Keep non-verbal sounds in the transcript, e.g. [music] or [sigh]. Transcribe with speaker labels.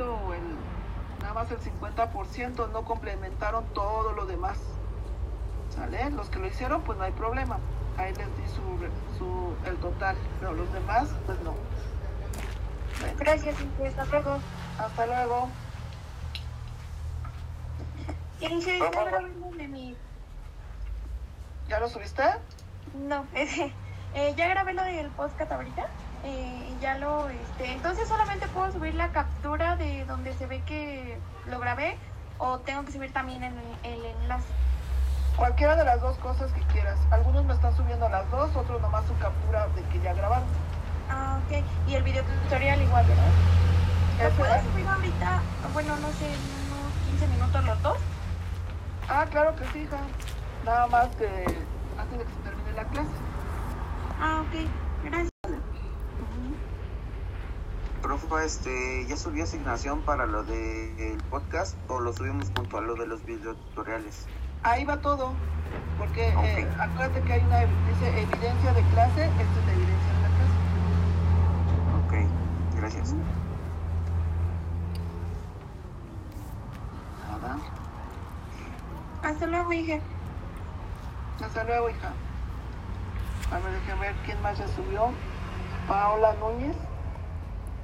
Speaker 1: o el, nada más el 50% no complementaron todo lo demás. ¿Sale? Los que lo hicieron, pues no hay problema. Ahí les di su, su el total, pero los demás, pues no. Bueno,
Speaker 2: Gracias, Cintia. Hasta luego.
Speaker 1: hasta luego.
Speaker 2: Cintia, está grabando de mi...
Speaker 1: ¿Ya lo subiste?
Speaker 2: No, [laughs] ese... eh, ya grabé lo del podcast ahorita. eh, ya lo... Este... Entonces solamente puedo subir la captura de donde se ve que lo grabé o tengo que subir también el, el enlace.
Speaker 1: Cualquiera de las dos cosas que quieras. Algunos me están subiendo las dos, otros nomás su captura de que ya grabaron.
Speaker 2: Ah, ok. Y el video tutorial igual, ¿verdad? ¿Lo
Speaker 1: Ese,
Speaker 2: puedo subir ahorita? Bueno, no sé, en unos 15 minutos los dos.
Speaker 1: Ah, claro que sí, hija. Nada más que antes de que se termine la clase.
Speaker 2: Ah, ok. Gracias.
Speaker 3: Profe, este, ¿ya subió asignación para lo del podcast o lo subimos junto a lo de los videotutoriales?
Speaker 1: Ahí va todo. Porque
Speaker 3: Ok.
Speaker 1: eh, acuérdate que hay una ev- dice evidencia de clase, esto es la evidencia de la clase.
Speaker 3: Ok, gracias.
Speaker 1: Nada.
Speaker 2: Hasta luego, hija.
Speaker 1: Hasta luego, hija. A ver, déjame ver quién más ya subió. Paola Núñez.